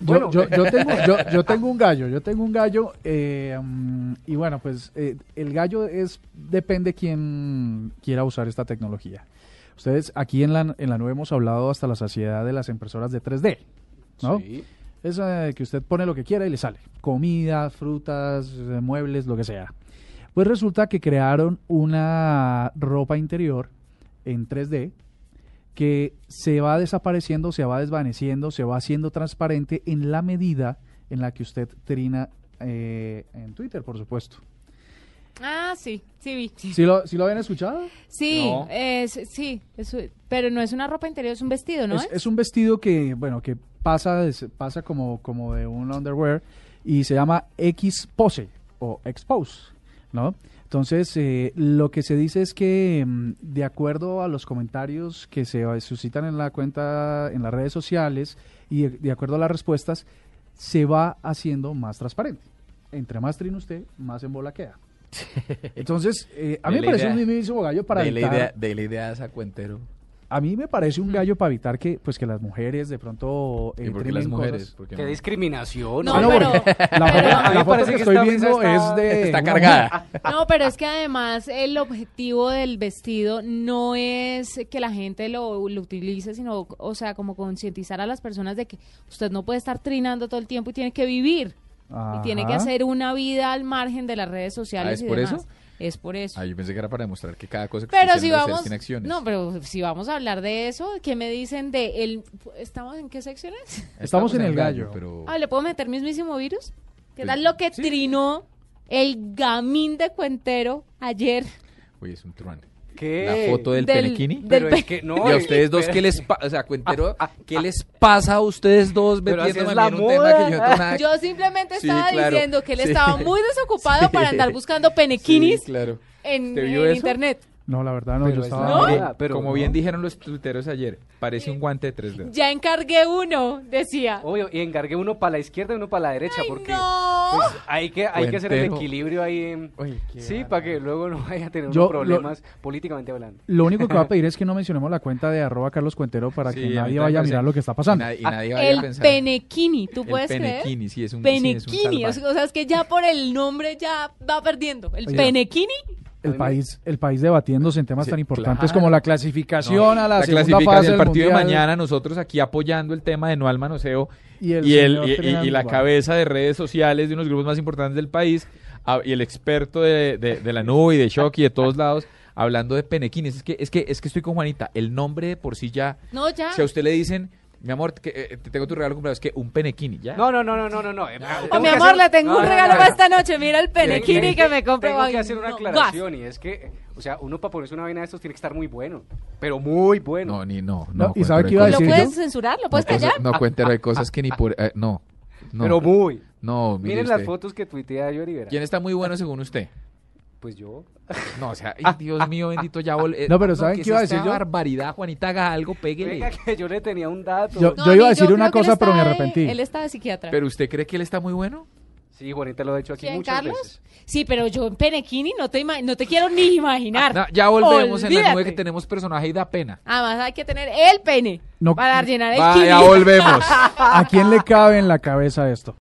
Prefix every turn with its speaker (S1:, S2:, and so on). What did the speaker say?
S1: Bueno.
S2: Yo, yo, yo tengo, yo, yo tengo un gallo, yo tengo un gallo eh, mm, y bueno, pues eh, el gallo es depende quién quiera usar esta tecnología. Ustedes aquí en la, en la nube hemos hablado hasta la saciedad de las impresoras de 3D, ¿no?
S1: Sí.
S2: Es eh, que usted pone lo que quiera y le sale. Comida, frutas, eh, muebles, lo que sea. Pues resulta que crearon una ropa interior en 3D que se va desapareciendo, se va desvaneciendo, se va haciendo transparente en la medida en la que usted trina eh, en Twitter, por supuesto.
S3: Ah, sí, sí vi. Sí,
S2: ¿Sí lo, sí lo habían escuchado?
S1: No.
S3: es, sí, es- pero no es una ropa interior, es un vestido, ¿no?
S2: Es,
S3: es?
S2: es un vestido que, bueno, que pasa, de- pasa como, como de un underwear y se llama X-pose o expose, ¿no? Entonces, eh, lo que se dice es que, mm, de acuerdo a los comentarios que se eh, suscitan en la cuenta, en las redes sociales y de, de acuerdo a las respuestas, se va haciendo más transparente. Entre más trino usted, más en bola queda. Entonces, eh, a mí
S1: De
S2: me
S1: la
S2: parece
S1: idea-
S2: un mismísimo gallo para
S1: de la
S2: evitar-
S1: idea, de la idea de esa cuentero.
S2: a mí me parece un gallo para evitar que, pues, que las mujeres de pronto eh,
S1: ¿Y por qué
S2: trimen
S1: las mujeres? Pues,
S2: cosas.
S1: ¿Por qué
S4: Qué
S1: no?
S4: discriminación.
S3: No,
S2: Ah, no,
S4: hombre.
S3: pero-
S2: porque la
S3: pero-
S2: foto,
S3: A mí
S2: la
S4: me
S2: foto
S4: parece
S2: que
S4: que
S2: estoy
S4: esta mesa
S2: viendo
S4: está-
S2: es de
S1: Está
S2: una mujer.
S1: cargada.
S3: No, pero es que además el objetivo del vestido no es que la gente lo, lo utilice, sino, o sea, como concientizar a las personas de que usted no puede estar trinando todo el tiempo y tiene que vivir. Y tiene que
S2: Ajá.
S3: hacer una vida al margen de las redes sociales.
S1: Ah, ¿es
S3: y
S1: por
S3: demás.
S1: eso?
S3: Es por eso.
S1: Ah, yo pensé que era para demostrar que cada cosa que
S3: Pero
S1: usted
S3: si
S1: haciendo debe ser
S3: vamos,
S1: sin acciones.
S3: no, pero si vamos a hablar de eso, ¿qué me dicen de el estamos en qué secciones?
S2: Estamos en el gallo.
S1: pero
S3: Ah, le puedo meter mis mismísimo virus? ¿Qué
S1: Sí.
S3: tal lo que trinó el gamín de Cuentero ayer?
S1: oye, es un truán.
S4: ¿Qué?
S1: La foto del,
S3: Del-
S1: Pelequini.
S3: del
S4: Pero
S3: pe-
S4: es que Eh, no.
S1: y
S4: Ah,
S1: a
S4: eh,
S1: ustedes dos,
S4: pero-
S1: ¿qué les pasa? O sea, Cuentero, ¿qué les pasa a ustedes dos
S4: Pero así
S1: metiéndome
S4: es la
S1: en un tema que yo no
S4: moda.
S1: nada
S3: Yo simplemente
S1: Ah, Sí,
S3: estaba
S1: claro.
S3: diciendo que él
S1: Sí.
S3: estaba muy desocupado para andar buscando
S1: Sí,
S3: penequinis
S1: claro.
S3: en,
S1: ¿Te vio
S3: en
S1: eso?
S3: internet.
S2: No, la verdad no,
S4: Pero
S2: yo
S4: es
S2: estaba...
S4: la-
S1: Mire,
S4: Ah, pero
S1: como
S4: no.
S1: bien dijeron los tuiteros ayer, parece un guante de tres dedos.
S3: Ya encargué uno, decía.
S1: Oh,
S4: Obvio, y encargué uno para la izquierda y uno para la derecha,
S3: ¡Ay,
S4: porque
S3: no!
S4: pues, hay que, hay que hacer el
S1: Cuentero.
S4: equilibrio ahí. en- sí, para que luego no vaya a tener
S2: Yo
S4: unos problemas políticamente hablando.
S2: Lo único que voy a pedir es que no mencionemos la cuenta de arroba Carlos Cuentero para
S1: Sí, a
S2: que
S1: mí
S2: nadie
S1: también
S2: vaya a
S1: parece-
S2: mirar lo que está pasando.
S1: Y nadie, y
S3: Ah,
S1: nadie vaya a
S3: el
S1: pensar.
S3: penequini, ¿tú
S1: El
S3: puedes creer?
S1: Penequini, sí, es un sí, es un
S3: Penequini, o
S1: salvaje.
S3: sea, o sea, es que ya por el nombre ya va perdiendo. El
S2: Oye.
S3: penequini
S2: El
S4: Oye.
S2: país, el país debatiéndose en temas
S1: Sí,
S2: tan importantes
S1: claro.
S2: como la clasificación a la,
S1: la
S2: segunda
S1: clasificación
S2: fase
S1: del partido
S2: mundial
S1: de mañana, nosotros aquí apoyando el tema de no al manoseo
S2: Y
S1: y,
S2: el
S1: el,
S2: señor
S1: y- y-
S2: Fernando
S1: y la
S2: Igual.
S1: cabeza de redes sociales de unos grupos más importantes del país ah, y el experto de, de- de la nube y de shock y de todos lados hablando de penequines. Es que, es que, es que estoy con Juanita, el nombre de por sí ya,
S3: No, ya.
S1: si a usted le dicen, mi amor, que, eh, te tengo tu regalo comprado, es que un penequini, ya.
S4: No, no, no, no, no, no. no. eh,
S3: O
S4: tengo
S3: Oh, mi
S4: que
S3: amor,
S4: hacer-
S3: le tengo
S4: No,
S3: un
S4: no,
S3: regalo
S4: no,
S3: para
S4: no.
S3: esta noche. Mira el penequini que me compré.
S4: Tengo
S3: Ay,
S4: que hacer una
S3: no,
S4: aclaración y es que, eh, o sea, uno para ponerse una vaina de estos tiene que estar muy bueno, pero muy bueno.
S1: No, ni, no,
S2: No,
S1: no.
S2: ¿y sabe
S1: Cuentero,
S2: qué iba a
S3: gas.
S1: hay
S3: ¿Lo
S2: decir yo?
S1: cosas-
S2: pues,
S3: puedes censurar? ¿Lo puedes
S1: hay cosas-
S3: callar?
S1: No, Cuentero, hay cosas que ni por... eh, no, no.
S4: Pero muy.
S1: No, mire
S4: Miren las
S1: usted.
S4: fotos que tuitea yo Rivera.
S1: ¿Quién está muy bueno según usted?
S4: Pues yo.
S1: No, o sea, ay, Dios mío, bendito, ya vol- eh,
S2: Ah, No, pero ¿saben
S1: que
S2: qué iba a
S1: es
S2: decir
S1: esta
S2: yo?
S1: barbaridad, Juanita, haga algo,
S4: Venga,
S1: péguele.
S4: que yo le tenía un dato.
S2: Yo-
S3: No,
S2: iba a
S3: ni-
S2: decir una
S3: creo que
S2: cosa,
S3: él
S2: pero me
S3: está de-
S2: arrepentí.
S3: él está de psiquiatra.
S1: ¿Pero usted cree que él está muy bueno?
S4: Sí, Juanita lo ha hecho aquí
S3: ¿Quién,
S4: muchas
S3: Carlos?
S4: veces.
S3: Sí, pero yo en penequini no te, ima- no te quiero ni imaginar.
S1: Ah, No, ya volvemos en la nube
S3: Olvídate.
S1: que tenemos personaje y da pena.
S3: Además hay que tener el pene
S2: No.
S3: para llenar el
S1: Va,
S3: quini.
S1: ya volvemos.
S2: ¿A quién le cabe en la cabeza esto?